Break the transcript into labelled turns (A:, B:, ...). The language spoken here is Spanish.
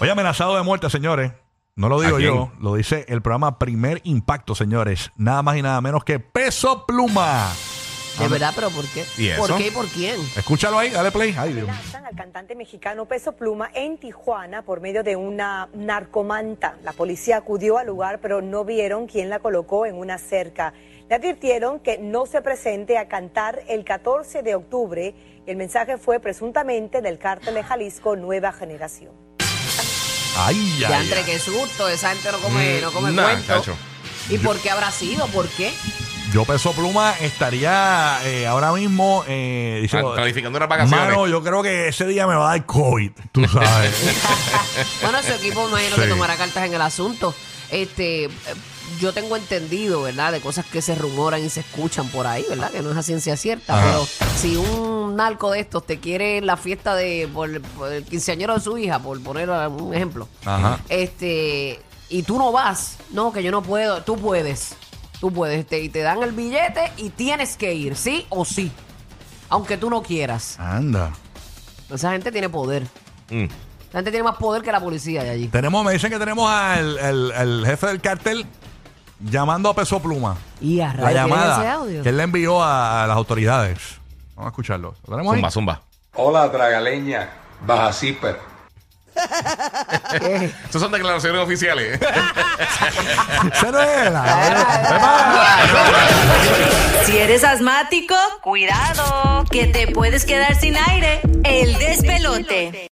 A: Oye, amenazado de muerte, señores. No lo digo yo, lo dice el programa Primer Impacto, señores. Nada más y nada menos que Peso Pluma.
B: De verdad, pero ¿por qué?
A: ¿Y eso?
B: ¿Por qué y por quién?
A: Escúchalo ahí, dale play. Ay, Dios mío.
C: amenazan al cantante mexicano Peso Pluma en Tijuana por medio de una narcomanta. La policía acudió al lugar, pero no vieron quién la colocó en una cerca. Le advirtieron que no se presente a cantar el 14 de octubre. Y el mensaje fue presuntamente del cártel de Jalisco Nueva Generación.
A: Ay,
B: Ya,
A: ay,
B: entre
A: ay.
B: qué susto, esa gente no come, no come
D: nah,
B: cuento.
D: chacho.
B: ¿Y por qué habrá sido? ¿Por qué?
A: Yo, Peso Pluma, estaría eh, ahora mismo eh, diciendo.
D: Cal- Ah, calificando unas vacaciones.
A: Mano, yo creo que ese día me va a dar COVID, tú sabes.
B: Bueno, su equipo imagino
A: Sí.
B: que tomará cartas en el asunto. Este, eh, yo tengo entendido, ¿verdad? De cosas que se rumoran y se escuchan por ahí, ¿verdad? Que no es a ciencia cierta. Pero si un narco de estos te quiere en la fiesta de por, por el quinceañero de su hija, por poner un ejemplo,
A: Ajá.
B: este, y tú no vas, no, que yo no puedo, tú puedes, tú puedes, te, y te dan el billete y tienes que ir, sí o sí, aunque tú no quieras.
A: Anda.
B: Esa gente tiene poder.
D: Mm.
B: La gente tiene más poder que la policía de allí.
A: Tenemos, me dicen que tenemos al, al- al jefe del cartel llamando a Peso Pluma.
B: Y a
A: La
B: rayos, ¿tienen ese
A: llamada
B: audio?
A: que él le envió a, a las autoridades. Vamos a escucharlo. ¿Lo tenemos ahí?
D: Zumba, zumba.
E: Hola, tragaleña, baja zipper.
D: Estas son declaraciones oficiales.
A: Ese no era.
F: Si eres asmático, cuidado, que te puedes quedar sin aire. El despelote.